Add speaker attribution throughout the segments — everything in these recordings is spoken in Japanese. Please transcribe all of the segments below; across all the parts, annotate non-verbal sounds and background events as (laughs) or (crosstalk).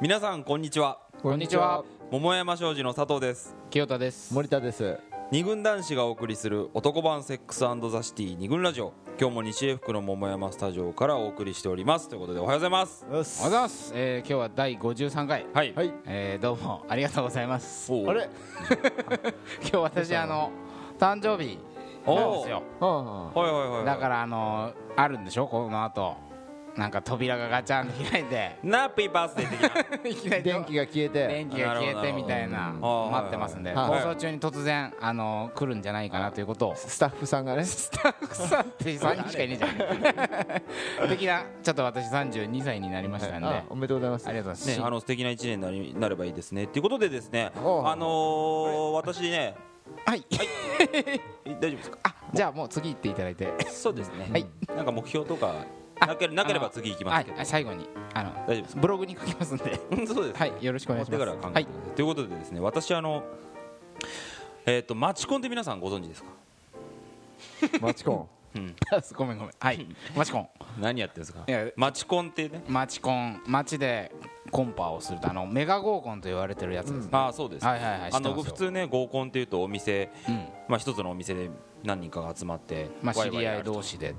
Speaker 1: 皆さんこんにちは
Speaker 2: こんにちは
Speaker 1: 桃山商事の佐藤です
Speaker 2: 清田です
Speaker 3: 森田です
Speaker 1: 二軍男子がお送りする男版セックスザシティ二軍ラジオ今日も西江福の桃山スタジオからお送りしておりますということでおはようございます
Speaker 3: おは
Speaker 2: お
Speaker 3: ようご
Speaker 2: はようございます、えー、今日は第53回、
Speaker 1: はい、
Speaker 3: はい
Speaker 2: えー、どうもありがとうございます
Speaker 1: おう
Speaker 3: あれ
Speaker 2: 今日私あの誕生日
Speaker 1: おう
Speaker 2: なんですよ
Speaker 3: あ
Speaker 1: はいはいはいはい
Speaker 2: だからあのあるんでしょこの後なんか扉がガチャンって開いて
Speaker 1: ナッピーバースデー的な
Speaker 2: (laughs) いきな
Speaker 3: あ
Speaker 2: り
Speaker 3: 電気が消えて
Speaker 2: 電気が消えてみたいな
Speaker 1: るほど
Speaker 2: 待ってますんで
Speaker 3: はい
Speaker 2: 放
Speaker 1: はい
Speaker 2: 送中に突然あの来るんじゃないかなということを
Speaker 3: スタッフさんがね
Speaker 2: スタッフさんって3人しかいねえじゃん (laughs) 的なちょっと私32歳になりましたんで
Speaker 3: あ
Speaker 2: あ
Speaker 3: おめでとうございます
Speaker 2: りがとうございます
Speaker 1: ね、あの素敵な一年になりなればいいですねっていうことでですねあ
Speaker 3: おう
Speaker 1: のー、私ね
Speaker 2: はい
Speaker 1: え大丈夫ですか
Speaker 2: あじゃあもう次行っていただいて
Speaker 1: そうですね、
Speaker 2: はい
Speaker 1: なんか目標とかなけれなければ次行きますけど、
Speaker 2: はい、最後にあの
Speaker 1: 大丈夫です
Speaker 2: ブログに書きますん
Speaker 1: (laughs)
Speaker 2: で
Speaker 1: うんそうです、
Speaker 2: はいよろしくお願いします
Speaker 1: 持ってから考えてください、ということでですね私あのえっ、とマチコンって皆さんご存知ですか
Speaker 3: マチコン
Speaker 2: はい、 (laughs) ごめんごめんはいマチコン
Speaker 1: 何やってるんですか
Speaker 2: いや
Speaker 1: マチコンってね
Speaker 2: マチコン街でコンパをするとあのメガ合コンと言われてるやつです、ね
Speaker 1: ああそうです、
Speaker 2: はいはいはい知
Speaker 1: あ
Speaker 2: ってます
Speaker 1: の
Speaker 2: よ
Speaker 1: 普通ね合コンっていうとお店、
Speaker 2: うん
Speaker 1: まあ一つのお店で何人かが集まって、
Speaker 2: まあ、
Speaker 1: ワ
Speaker 2: 知
Speaker 1: ワ
Speaker 2: り合い
Speaker 1: ると
Speaker 2: 同士で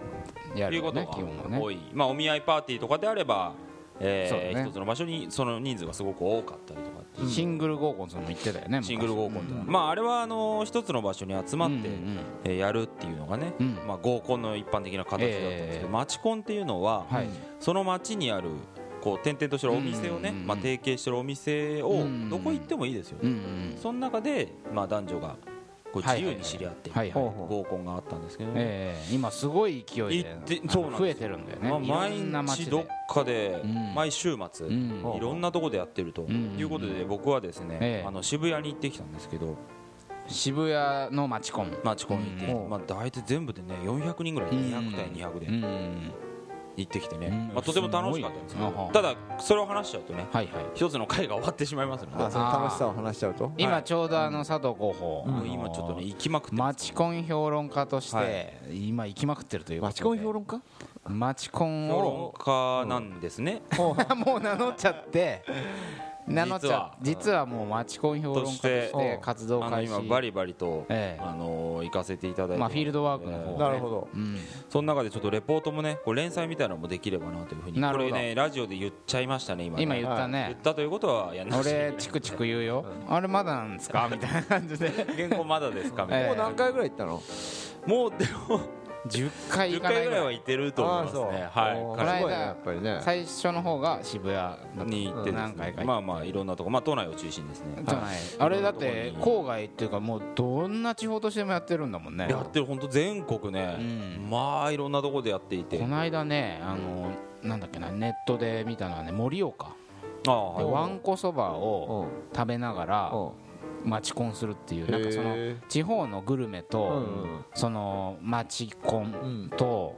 Speaker 2: や
Speaker 1: いう
Speaker 2: る
Speaker 1: こ
Speaker 2: よ
Speaker 1: と
Speaker 2: ね
Speaker 1: が
Speaker 2: 基本は
Speaker 1: 多
Speaker 2: ね
Speaker 1: い、まあお見合いパーティーとかであれば、え
Speaker 2: そう
Speaker 1: ー
Speaker 2: だね
Speaker 1: 一つの場所にその人数がすごく多かったりとかっていう
Speaker 2: シングル合コンその言ってたよね昔
Speaker 1: シングル合コンとか、
Speaker 2: うん
Speaker 1: まああれはあの一つの場所に集まって、
Speaker 2: うんうん
Speaker 1: えーやるっていうのがね、
Speaker 2: うん
Speaker 1: まあ、合コンの一般的な形だったんですけど、
Speaker 2: ええ
Speaker 1: マチコンっていうのは、
Speaker 2: はい
Speaker 1: その町にあるこう転々としてるお店をね、
Speaker 2: うんうんうん
Speaker 1: まあ、提携してるお店を
Speaker 2: うん
Speaker 1: どこ行ってもいいですよね、
Speaker 2: うんうん
Speaker 1: その中で、まあ、男女がこう
Speaker 2: はい
Speaker 1: 自
Speaker 2: はいはい
Speaker 1: 由に知り合って、
Speaker 2: はいはい
Speaker 3: ほうほ
Speaker 1: 合
Speaker 3: う
Speaker 1: コンがあったんですけど、ね
Speaker 2: ええ今すごい勢いで
Speaker 1: 行って
Speaker 2: あの
Speaker 1: そうなんですよ
Speaker 2: 増えてるんだよね、
Speaker 1: まあ、
Speaker 2: いろんな
Speaker 1: 毎
Speaker 2: 街
Speaker 1: 日どっ
Speaker 2: で、
Speaker 1: かで、
Speaker 2: うん
Speaker 1: 毎週末、
Speaker 2: うん
Speaker 1: いろんなとこでやってると、
Speaker 2: ん
Speaker 1: いうことで僕はですね、
Speaker 2: ええ
Speaker 1: あの渋谷に行ってきたんですけど
Speaker 2: 渋谷のマチコン
Speaker 1: マチコン行って、
Speaker 3: うん
Speaker 1: まあ、大体全部でね400人ぐらい200対200で
Speaker 2: うんうん
Speaker 1: 行ってきてね、
Speaker 2: うん
Speaker 1: まあ、とても楽しかったんですけ
Speaker 2: すごい
Speaker 1: ど
Speaker 2: ね
Speaker 1: ただそれを話しちゃうとね
Speaker 2: はいはい
Speaker 1: 一つの回が終わってしまいますので
Speaker 3: あその楽しさを話しちゃうと
Speaker 1: は
Speaker 2: 今
Speaker 1: い
Speaker 2: ちょうどあの佐藤候補、あ
Speaker 1: も
Speaker 2: の
Speaker 1: う
Speaker 2: ー
Speaker 1: 今ちょっとね行きまくって
Speaker 2: マ
Speaker 1: ま
Speaker 2: チコン評論家として、
Speaker 1: は
Speaker 2: 今行きまくってるということ
Speaker 3: マ
Speaker 2: で
Speaker 3: チコン評論家
Speaker 2: マチコン
Speaker 1: 評論
Speaker 2: を
Speaker 1: 家なんですね、
Speaker 2: もう名乗っちゃって名乗っちゃ実は実はもうマチコン評論家とし
Speaker 1: と
Speaker 3: して
Speaker 2: て活動
Speaker 1: あの
Speaker 2: 開始
Speaker 1: 今バリバリと、
Speaker 2: ええ
Speaker 1: あのー行かせていただいて、
Speaker 2: まあフィールドワークの
Speaker 1: え
Speaker 2: 方
Speaker 1: え
Speaker 3: なるほど
Speaker 2: うん
Speaker 1: その中でちょっとレポートもねこう連載みたいなのもできればなというふうに
Speaker 2: な
Speaker 1: こ
Speaker 2: るほど
Speaker 1: れねラジオで言っちゃいましたね今ね
Speaker 2: 今言った
Speaker 1: 言っ
Speaker 2: ね、
Speaker 1: たということはいやなし
Speaker 2: 俺チクチク言うよ、あれまだなんですかみたいな感じで
Speaker 1: (laughs) 原稿まだですかみたいな、
Speaker 2: え
Speaker 3: もう何回ぐらい行ったの
Speaker 1: もうでも
Speaker 2: (laughs) 10回
Speaker 1: 10
Speaker 2: 行かな
Speaker 1: 回
Speaker 2: い
Speaker 1: ぐ
Speaker 2: ぐ
Speaker 1: らい
Speaker 2: ら
Speaker 1: はいいてると思いますね
Speaker 3: ああ
Speaker 1: はい
Speaker 3: そう
Speaker 1: 彼
Speaker 3: す
Speaker 1: は
Speaker 3: ごいねやっぱりね
Speaker 2: 最初の方が渋谷だった
Speaker 1: に行ってです
Speaker 2: 何回
Speaker 1: ね
Speaker 2: か行って
Speaker 1: まあまあいろんなとこまあ都内を中心ですね
Speaker 2: じゃないあれだって郊外っていうかもうどんな地方としてもやってるんだもんね
Speaker 1: やってる本当全国ね、
Speaker 2: うん
Speaker 1: まあいろんなとこでやっていて
Speaker 2: この間ねあのなんだっけなネットで見たのはね盛岡
Speaker 1: ああは
Speaker 2: で
Speaker 1: い
Speaker 2: わんこそばを
Speaker 3: うん
Speaker 2: 食べながら
Speaker 3: うん
Speaker 2: 町コンするっていうなんかそ
Speaker 3: へ
Speaker 2: の
Speaker 3: ー
Speaker 2: 地方のグルメと
Speaker 3: うんうん
Speaker 2: その町コ
Speaker 3: う
Speaker 2: ン
Speaker 3: ん
Speaker 2: と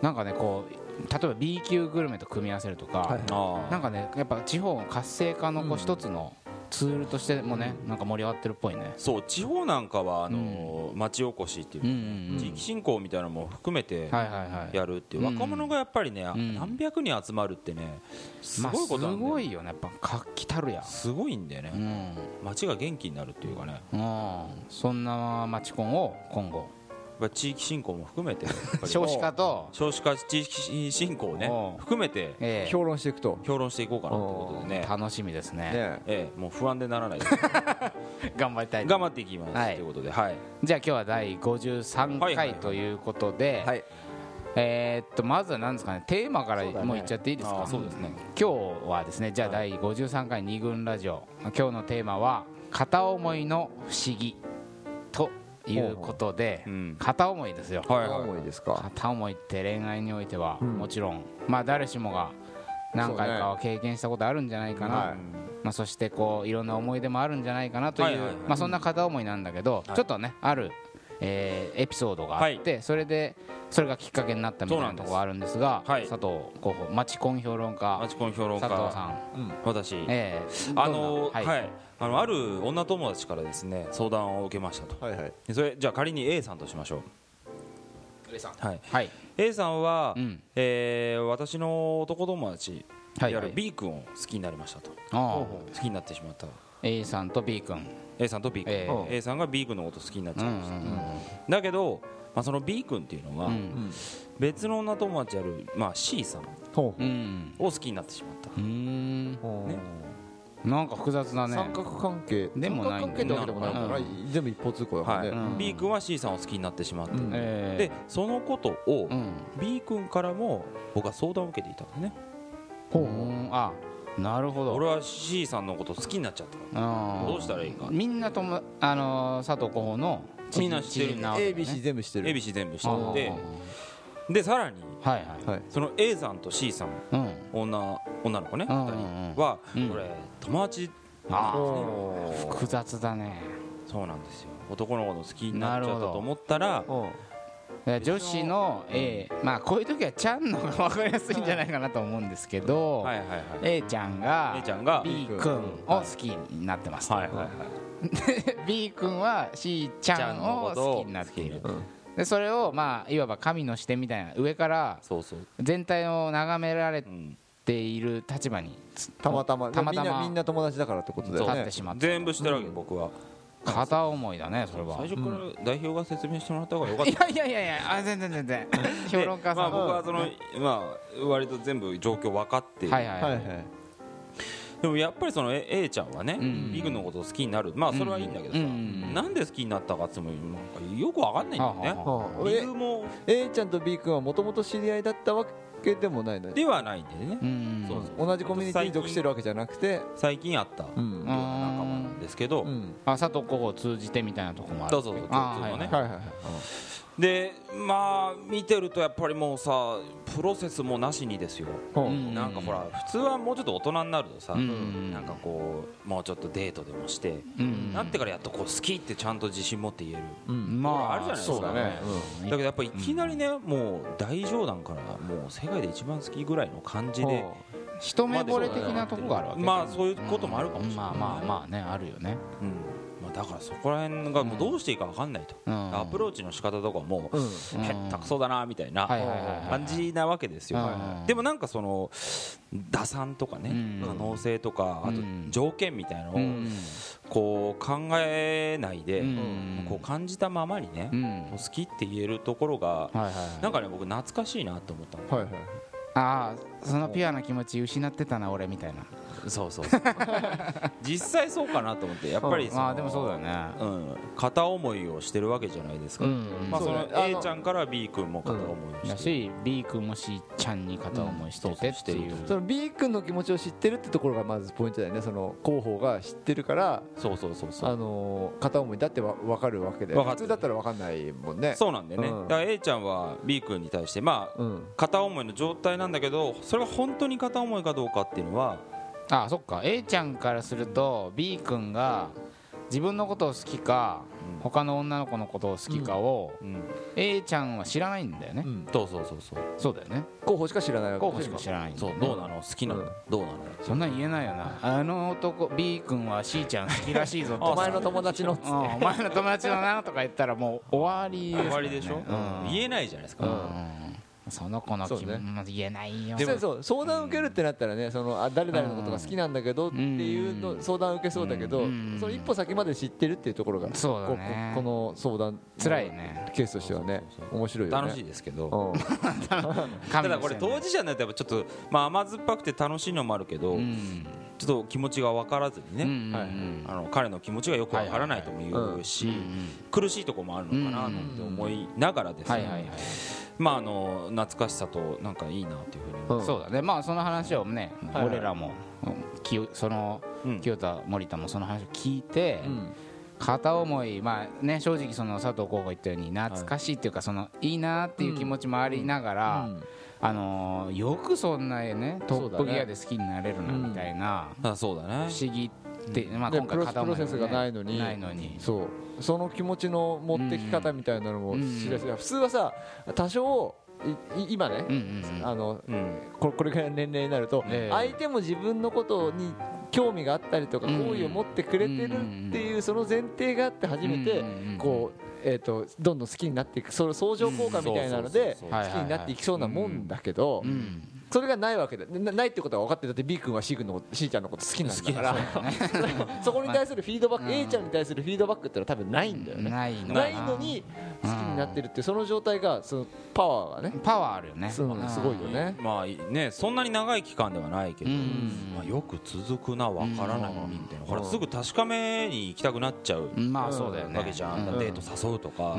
Speaker 2: なんかねこう例えば B 級グルメと組み合わせると
Speaker 3: は
Speaker 2: か
Speaker 3: い
Speaker 1: ああ
Speaker 2: なんかねやっぱ地方の活性化のこう一つのツールとしてもねなんか盛り上がってるっぽいね
Speaker 1: そう地方なんかはあの、町おこしっていううんか、
Speaker 2: うんうん
Speaker 1: 地域振興みたいなのも含めて
Speaker 2: はいはいはい
Speaker 1: やるっていう、
Speaker 2: うん
Speaker 1: 若者がやっぱりね、
Speaker 2: ん
Speaker 1: 何百人集まるってねすごいことなんだよ、
Speaker 2: まあすごいよねやっぱ活気たるや
Speaker 1: すごいんだよね、
Speaker 2: うん、
Speaker 1: 町が元気になるっていうかねやっ
Speaker 2: うん、そんなマチコンを今後
Speaker 1: ぱ地域振興も含めてやっぱり
Speaker 2: 少子化と
Speaker 1: 少子化地域振興をね
Speaker 2: おう
Speaker 1: 含めて
Speaker 2: ええ
Speaker 3: 評論していくと
Speaker 1: 評論していこうかなってことでね、
Speaker 2: 楽しみですね
Speaker 3: ね
Speaker 1: ええ、もう不安でならないです
Speaker 2: 頑張りたい
Speaker 1: 頑張っていきます、
Speaker 2: はい
Speaker 1: ということではい
Speaker 2: じゃあ今日は第
Speaker 1: はい
Speaker 2: 53
Speaker 1: はい
Speaker 2: 回
Speaker 1: はい
Speaker 2: ということで、
Speaker 3: はい
Speaker 2: えーっとまずは何ですかねテーマから
Speaker 3: そうだね
Speaker 2: もういっちゃっていいですか
Speaker 1: あそうですね
Speaker 2: 今日はですねじゃあ第53回二軍ラジオ今日のテーマは「片思いの不思議」ということで
Speaker 1: うん
Speaker 2: 片思いですよ
Speaker 1: はい
Speaker 3: ど
Speaker 1: は
Speaker 3: う
Speaker 1: い
Speaker 3: 思いですか
Speaker 2: 片思いって恋愛においては
Speaker 3: うん
Speaker 2: もちろん、まあ誰しもが何回かは経験したことあるんじゃないかな
Speaker 3: はい
Speaker 2: まあ、そしてこういろんな思い出もあるんじゃないかなという、
Speaker 1: はいはいはい
Speaker 2: まあ、そんな片思いなんだけど、
Speaker 1: はい
Speaker 2: ちょっとねある、えーエピソードがあって、それでそれがきっかけになったみたい
Speaker 1: そうな
Speaker 2: なん
Speaker 1: です
Speaker 2: ところがあるんですが
Speaker 1: はい
Speaker 2: 佐藤候補町コン評論家
Speaker 1: 町コン評論
Speaker 2: 佐
Speaker 1: 家
Speaker 2: 藤さん、
Speaker 1: 私、
Speaker 2: えー
Speaker 1: あの
Speaker 2: どんな
Speaker 1: はい、あのある女友達からですね相談を受けましたと
Speaker 3: はいはい
Speaker 1: でそれじゃあ仮に A さんとしましょう
Speaker 2: A さん
Speaker 1: はい、
Speaker 2: はい
Speaker 1: A さんは、
Speaker 2: うん
Speaker 1: えー私の男友達
Speaker 2: はい
Speaker 1: である B 君を好きになりましたと、
Speaker 2: ああ
Speaker 1: 好きになってしまった
Speaker 2: A さんと B 君
Speaker 1: A さんと B 君、
Speaker 2: ええ
Speaker 1: A さんが B 君のこと好きになっちゃいました、
Speaker 2: うんうん
Speaker 1: だけど、まあ、その B 君っていうのは、
Speaker 2: うん
Speaker 1: 別の女友達である、まあ、C さん
Speaker 3: ほ
Speaker 2: うん
Speaker 1: を好きになってしまった、
Speaker 2: うーん
Speaker 3: うほう
Speaker 1: ね
Speaker 2: なんか複雑だね
Speaker 3: 三角関係
Speaker 2: でもない
Speaker 3: 三角関係ってわけでもないもんな
Speaker 2: う
Speaker 3: 全部一方通行だもんね、
Speaker 1: はい
Speaker 2: うん
Speaker 1: B 君は C さんを好きになってしまった、
Speaker 3: うん
Speaker 2: ええ
Speaker 1: でそのことを
Speaker 2: うん
Speaker 1: B 君からも僕は相談を受けていたのね
Speaker 3: ほう
Speaker 2: う
Speaker 3: ほうん
Speaker 2: あなるほど
Speaker 1: 俺は C さんのこと好きになっちゃったから
Speaker 2: あー
Speaker 1: どうしたらいいか
Speaker 2: みんなともあのー佐藤候補の知
Speaker 1: みんな知ってる
Speaker 2: 知人なわけだね
Speaker 3: ABC 全部してる
Speaker 1: ABC 全部知
Speaker 2: あ
Speaker 1: っ
Speaker 2: ー
Speaker 1: てでさらに
Speaker 2: はいはい
Speaker 3: はい
Speaker 1: その A さんと C さん
Speaker 2: うん
Speaker 1: 女女の子ね
Speaker 2: う
Speaker 1: 二
Speaker 2: んうんうん
Speaker 1: 人は
Speaker 2: うん
Speaker 1: これ友達
Speaker 2: あ
Speaker 3: お
Speaker 2: ー
Speaker 3: ー
Speaker 2: 複雑だね
Speaker 1: そうなんですよ男の子の好きになっちゃっ
Speaker 2: なるほ
Speaker 1: た
Speaker 2: ど
Speaker 1: と思ったら
Speaker 3: うん
Speaker 2: だから女子の A まあこういう時はちゃんの方が分かりやすいんじゃないかなと思うんですけど、
Speaker 1: はいはいはい
Speaker 2: A ちゃんが
Speaker 1: A ちゃんが
Speaker 2: B 君を好きになってます、
Speaker 1: はいはいはい
Speaker 2: (laughs) B 君は C ちゃんを好きになっているでそれをまあいわば神の視点みたいな上から
Speaker 1: そうそう
Speaker 2: 全体を眺められ
Speaker 1: うん
Speaker 2: ている立場に
Speaker 3: たまたま
Speaker 2: たま
Speaker 3: みん
Speaker 2: た
Speaker 3: なみ
Speaker 2: ま
Speaker 3: んな友達だからってことだ
Speaker 2: 立
Speaker 3: よ
Speaker 2: って
Speaker 3: ね
Speaker 2: しまった
Speaker 1: 全部してるわけ僕は
Speaker 2: 片思いだねそれは
Speaker 1: 最初から代表が説明してもらった方が良かった
Speaker 2: いやいやいやいやあ全然全然評論家
Speaker 1: ま
Speaker 2: さ
Speaker 1: あ、
Speaker 2: ん
Speaker 1: 僕
Speaker 2: も
Speaker 1: はその、まあ、割と全部状況分かって、
Speaker 2: はいはい
Speaker 3: は
Speaker 2: はいい
Speaker 3: はい
Speaker 1: でもやっぱりその A, A ちゃんはね、
Speaker 2: うん
Speaker 1: B 君のことを好きになるまあそれはいいんだけどさ、
Speaker 2: うんうん
Speaker 1: なんで好きになったかっつうのもなんかよく分かんないんだよね
Speaker 2: はあは
Speaker 3: はあ
Speaker 1: 理
Speaker 3: え
Speaker 1: 由も
Speaker 3: A ちゃんと B 君はもともと知り合いだったわけでもないのよ
Speaker 1: ではないんでね、
Speaker 2: うん
Speaker 1: そうそう
Speaker 3: 同じコミュニティに属してるわけじゃなくて
Speaker 1: 最近あったよ
Speaker 3: うん
Speaker 1: うな仲間なんですけど、
Speaker 3: うん
Speaker 2: あ佐藤候補を通じてみたいなとこもある
Speaker 1: そうそうそう
Speaker 2: あ
Speaker 1: 共
Speaker 2: ー
Speaker 1: 通のね
Speaker 2: はい
Speaker 3: はいはいはい
Speaker 1: でまあ見てるとやっぱりもうさプロセスもなしにですよ、
Speaker 3: ほう
Speaker 2: うん
Speaker 1: なんかほら普通はもうちょっと大人になるとさ、
Speaker 2: うん
Speaker 1: なんかこうもうちょっとデートでもして、
Speaker 2: うん
Speaker 1: なってからやっとこう好きってちゃんと自信持って言える。
Speaker 3: うん
Speaker 2: ま
Speaker 1: ほら
Speaker 2: あ
Speaker 1: あるじゃないですか
Speaker 2: そうだね
Speaker 1: だけどやっぱりいきなりね、もう大冗談からもう世界で一番好きぐらいの感じで
Speaker 3: ほ
Speaker 2: 一目惚れ的なとこがあるわけ
Speaker 1: まあそういうこともあるかもしれない、
Speaker 2: まあまあまあねあるよね
Speaker 1: うんまあ、だからそこら辺がもうどうしていいか分かんないと、
Speaker 2: うん
Speaker 1: アプローチの仕方とかも、
Speaker 3: ううん
Speaker 1: へったくそだなみたいな
Speaker 2: はいはいはいはい
Speaker 1: 感じなわけですよ、
Speaker 2: うん
Speaker 1: でもなんかその打算とかね、
Speaker 2: うん
Speaker 1: 可能性とかあと
Speaker 2: うん
Speaker 1: 条件みたいなの
Speaker 2: う
Speaker 1: を
Speaker 2: ん
Speaker 1: こう考えないで、
Speaker 2: うん
Speaker 1: こう感じたままにね、
Speaker 2: うん
Speaker 1: 好きって言えるところが
Speaker 2: はいはい
Speaker 1: なんかね僕懐かしいなと思ったの
Speaker 3: はいはい
Speaker 2: ああそのピュアな気持ち失ってたな俺みたいな
Speaker 1: そうそうそう (laughs) 実際そうかなと思ってやっぱりその
Speaker 2: まあでもそうだよね
Speaker 1: うん、片思いをしてるわけじゃないですか、
Speaker 2: うん
Speaker 1: まあ、そ
Speaker 3: そう
Speaker 1: の
Speaker 3: ねあ
Speaker 1: A
Speaker 3: の
Speaker 1: ちゃんから B 君も片思いをして
Speaker 2: だ
Speaker 1: る、
Speaker 2: し B 君も C ちゃんに片思いしててっていう
Speaker 3: その B 君の気持ちを知ってるってところがまずポイントだよねその候補が知ってるから
Speaker 1: そうそうそうそ
Speaker 3: あ
Speaker 1: う
Speaker 3: のー片思いだってわ分かるわけで
Speaker 1: わかっ
Speaker 3: 普
Speaker 1: てる
Speaker 3: 通だったら分かんないもんね
Speaker 1: そうなんだよね、
Speaker 3: うん
Speaker 1: だから A ちゃんは B 君に対してまあ
Speaker 3: うん
Speaker 1: 片思いの状態なんだけどそれが本当に片思いかどうかっていうのは
Speaker 2: ああそっか A ちゃんからすると B 君が自分のことを好きか
Speaker 1: うん
Speaker 2: 他の女の子のことを好きかを
Speaker 1: うん
Speaker 2: A ちゃんは知らないんだよね
Speaker 3: うん
Speaker 1: そうそうそうそう
Speaker 2: そうだよね
Speaker 3: 候補しか知らないわけ
Speaker 2: 候補しか知らないんだ
Speaker 1: そ
Speaker 2: よ
Speaker 1: う
Speaker 2: ね
Speaker 1: どうなの好きなの、
Speaker 3: うん
Speaker 1: どうなの
Speaker 2: そんなん言えないよなあの男 B 君は C ちゃん好きらしいぞって
Speaker 3: (laughs) お前の友達の
Speaker 2: うんお前の友達だなとか言ったらもう終わりです
Speaker 1: 終
Speaker 2: か
Speaker 1: わ
Speaker 2: らね
Speaker 1: りでしょ、
Speaker 2: うん
Speaker 1: 言えないじゃないですか、
Speaker 2: うんその子の気
Speaker 3: そうね
Speaker 2: も言えないよ
Speaker 3: でもそう相談受けるってなったらねそのあ誰々のことが好きなんだけどっていう
Speaker 2: うん
Speaker 3: の相談受けそうだけど
Speaker 2: うん
Speaker 3: その一歩先まで知ってるっていうところが
Speaker 2: そうだ
Speaker 3: こ
Speaker 2: ね
Speaker 3: ここの相談
Speaker 2: 辛いね
Speaker 3: ケースとしてはね
Speaker 1: そうそう
Speaker 3: 面白いよね
Speaker 1: 楽しいですけど、
Speaker 2: (laughs)
Speaker 3: うん
Speaker 1: ただこれ当事者になるとやっぱちょっと、まあ、甘酸っぱくて楽しいのもあるけど、
Speaker 2: うん
Speaker 1: ちょっと気持ちが分からずにね、
Speaker 2: うん
Speaker 3: は
Speaker 2: う
Speaker 3: い
Speaker 2: ん
Speaker 1: あの彼の気持ちがよくわからないとも言うし、
Speaker 2: はいはいはいうんうん
Speaker 1: 苦しいとこもあるのかななんて思いながらですね、
Speaker 2: はいはいはい
Speaker 1: まああの懐かしさとなんかいいなというふうに思
Speaker 3: うん
Speaker 2: そうだねまあその話をね
Speaker 3: はいはい
Speaker 2: 俺らもきその
Speaker 1: う、うん
Speaker 2: 清田森田もその話を聞いて
Speaker 3: うん
Speaker 2: 片思いまあね正直その佐藤候補言ったように懐かしいっていうかそのいいなっていう気持ちもありながら
Speaker 3: うん
Speaker 2: あのーよくそんなねトップギアで好きになれるな
Speaker 3: そうだね
Speaker 2: みたいな
Speaker 1: あそうだね
Speaker 2: 不思議ってまあ
Speaker 3: で
Speaker 2: 今
Speaker 3: プ
Speaker 2: 回
Speaker 3: ロプ
Speaker 2: 片思
Speaker 3: ロ
Speaker 2: いもね
Speaker 3: セスがないのに
Speaker 2: ないのに
Speaker 3: そうその気持ちの持ってき方みたいなのも知らせ普通はさ多少いい今ね
Speaker 2: うんうんうん
Speaker 3: あの
Speaker 1: うん
Speaker 3: ここれぐらいの年齢になると、
Speaker 2: ええ
Speaker 3: 相手も自分のことに興味があったりとか
Speaker 2: うん
Speaker 3: 好意を持ってくれてるっていうその前提があって初めて
Speaker 2: うんうんうん
Speaker 3: こうえー、とどんどん好きになっていくその相乗効果みたいなので
Speaker 1: そうそうそう
Speaker 3: 好
Speaker 1: そう
Speaker 3: きになっていきそうなもんだけど、
Speaker 2: うん
Speaker 3: それがないわけでなないってことは分かってるだって B 君は C 君のこと C ちゃんのこと好きなんだからそこに対するフ (laughs) ィードバック、
Speaker 2: うん
Speaker 3: A ちゃんに対するフィードバックってのは多分ないんだよね
Speaker 2: ないのか
Speaker 3: ないのに好きになってるってその状態がそのパワーがね
Speaker 2: パワーあるよね
Speaker 3: そうすごいよね
Speaker 1: まあねそんなに長い期間ではないけど、
Speaker 2: うん
Speaker 1: まあ、よく続くなわからないのにみたいな、ほらすぐ確かめに行きたくなっちゃう
Speaker 2: うんまあそうだよね
Speaker 1: わけじゃん、
Speaker 2: うん
Speaker 1: デート誘うとか、っ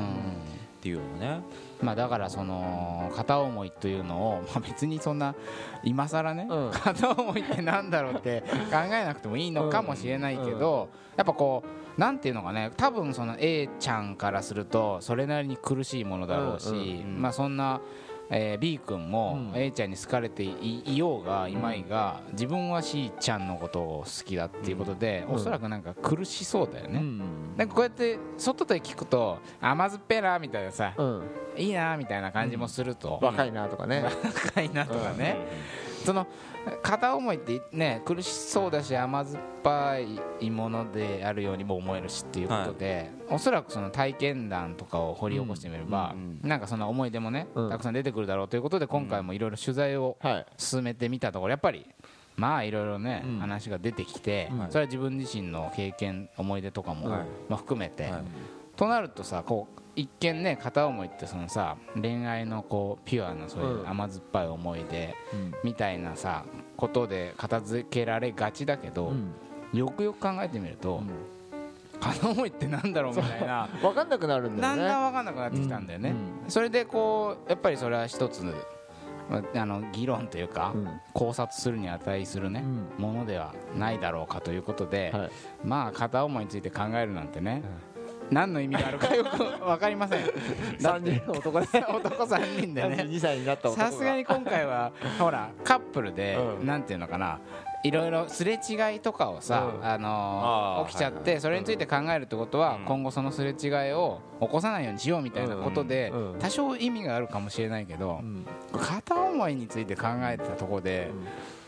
Speaker 1: ていうのもね
Speaker 2: まあだからその片思いというのを、まあ、別にそんな今更ね、
Speaker 3: うん
Speaker 2: 片思いってなんだろうって考えなくてもいいのかもしれないけど、やっぱこうなんていうのかね多分その A ちゃんからするとそれなりに苦しいものだろうし、
Speaker 3: うん
Speaker 1: うん
Speaker 2: まあそんな。えー B 君も
Speaker 3: うん
Speaker 2: A ちゃんに好かれてい,、ようがいまいが自分は C ちゃんのことを好きだっていうことで、
Speaker 3: うん
Speaker 2: おそらくなんか苦しそうだよね、
Speaker 3: うん
Speaker 2: なんかこうやって外で聞くと甘酸っぱいなみたいなさ、
Speaker 3: うん
Speaker 2: いいなみたいな感じもすると、
Speaker 3: 若いなとかね
Speaker 2: 若いなとかね、その片思いってね苦しそうだし甘酸っぱいものであるようにも思えるしっていうことで、おそらくその体験談とかを掘り起こしてみれば、
Speaker 1: うん
Speaker 2: なんかその思い出もね、
Speaker 3: うん
Speaker 2: たくさん出てくるだろうということで今回もいろいろ取材を
Speaker 3: はい
Speaker 2: 進めてみたところやっぱりまあいろいろね、
Speaker 3: うん
Speaker 2: 話が出てきて、
Speaker 1: はい
Speaker 2: それは自分自身の経験思い出とかも、
Speaker 1: はい
Speaker 2: まあ、含めて、
Speaker 1: はい
Speaker 2: となるとさこう一見ね片思いってそのさ恋愛のこうピュアなそうい
Speaker 3: うん
Speaker 2: う甘酸っぱい思い出
Speaker 3: うん
Speaker 2: みたいなさことで片付けられがちだけど、よくよく考えてみると、片思いってなんだろうみたいな。
Speaker 3: 分かんなくなるんだ
Speaker 2: だ
Speaker 3: よ
Speaker 2: ん
Speaker 3: ね
Speaker 2: だん分 (laughs) かんなくなってきたんだよね、
Speaker 3: うん
Speaker 2: それでこうやっぱりそれは一つまああの議論というか、
Speaker 3: うん
Speaker 2: 考察するに値するね、
Speaker 3: う
Speaker 2: ものではないだろうかということで、
Speaker 3: はい
Speaker 2: まあ片思いについて考えるなんてね、何の意味があるかよく
Speaker 3: (laughs)
Speaker 2: 分かりません (laughs) だっ
Speaker 3: 三
Speaker 2: て
Speaker 3: 人の男で
Speaker 2: 男3人でね
Speaker 3: 32歳になった男が
Speaker 2: さすがに今回はほらカップルで、
Speaker 3: うん
Speaker 2: なんていうのかないろいろすれ違いとかをさ、
Speaker 3: うん
Speaker 2: あのー
Speaker 1: あー
Speaker 2: 起きちゃって、それについて考えるってことは、
Speaker 1: うん
Speaker 2: 今後そのすれ違いを起こさないようにしようみたいなことで、
Speaker 3: うんうん
Speaker 2: 多少意味があるかもしれないけど、
Speaker 3: うん
Speaker 2: 片思いについて考えてたとこで、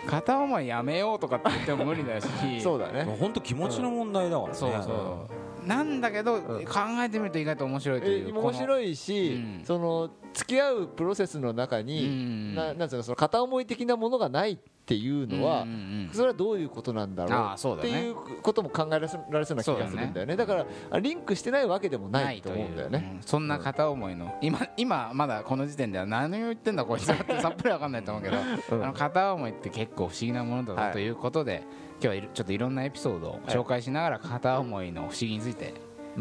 Speaker 2: 片思いやめようとかって言っても無理だし
Speaker 3: (laughs) そうだ
Speaker 1: も
Speaker 3: ね
Speaker 1: う本当気持ちの問題だからね、
Speaker 2: そうそうなんだけど、
Speaker 3: うん
Speaker 2: 考えてみると意外と面白いと
Speaker 3: え
Speaker 2: いう
Speaker 3: 面
Speaker 2: い
Speaker 3: 白いし
Speaker 2: うん
Speaker 3: その付き合うプロセスの中にななんつうのその片思い的なものがないっていうのは
Speaker 2: うんうんうん
Speaker 3: それはどういうことなんだろ
Speaker 2: ああ
Speaker 3: う
Speaker 2: そう
Speaker 3: っ
Speaker 2: だ
Speaker 3: て
Speaker 2: ね
Speaker 3: いうことも考えられそうな気がするんだよねだからリンクしてないわけでもないと思うんだよ
Speaker 2: ないう
Speaker 3: ね
Speaker 2: うんそんな片思いの、今今まだこの時点では何を言ってんだこいつは
Speaker 3: (laughs)
Speaker 2: ってさっぱりわかんないと思うけど、
Speaker 3: ん
Speaker 2: あの片思いって結構不思議なものだぞ、
Speaker 3: はい
Speaker 2: ということで今日はいろちょっといろんなエピソードを紹介しながら片思いの不思議について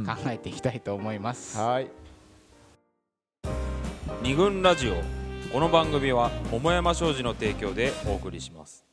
Speaker 2: 考えていきたいと思います、
Speaker 3: はい
Speaker 1: 二軍ラジオこの番組は桃山商事の提供でお送りします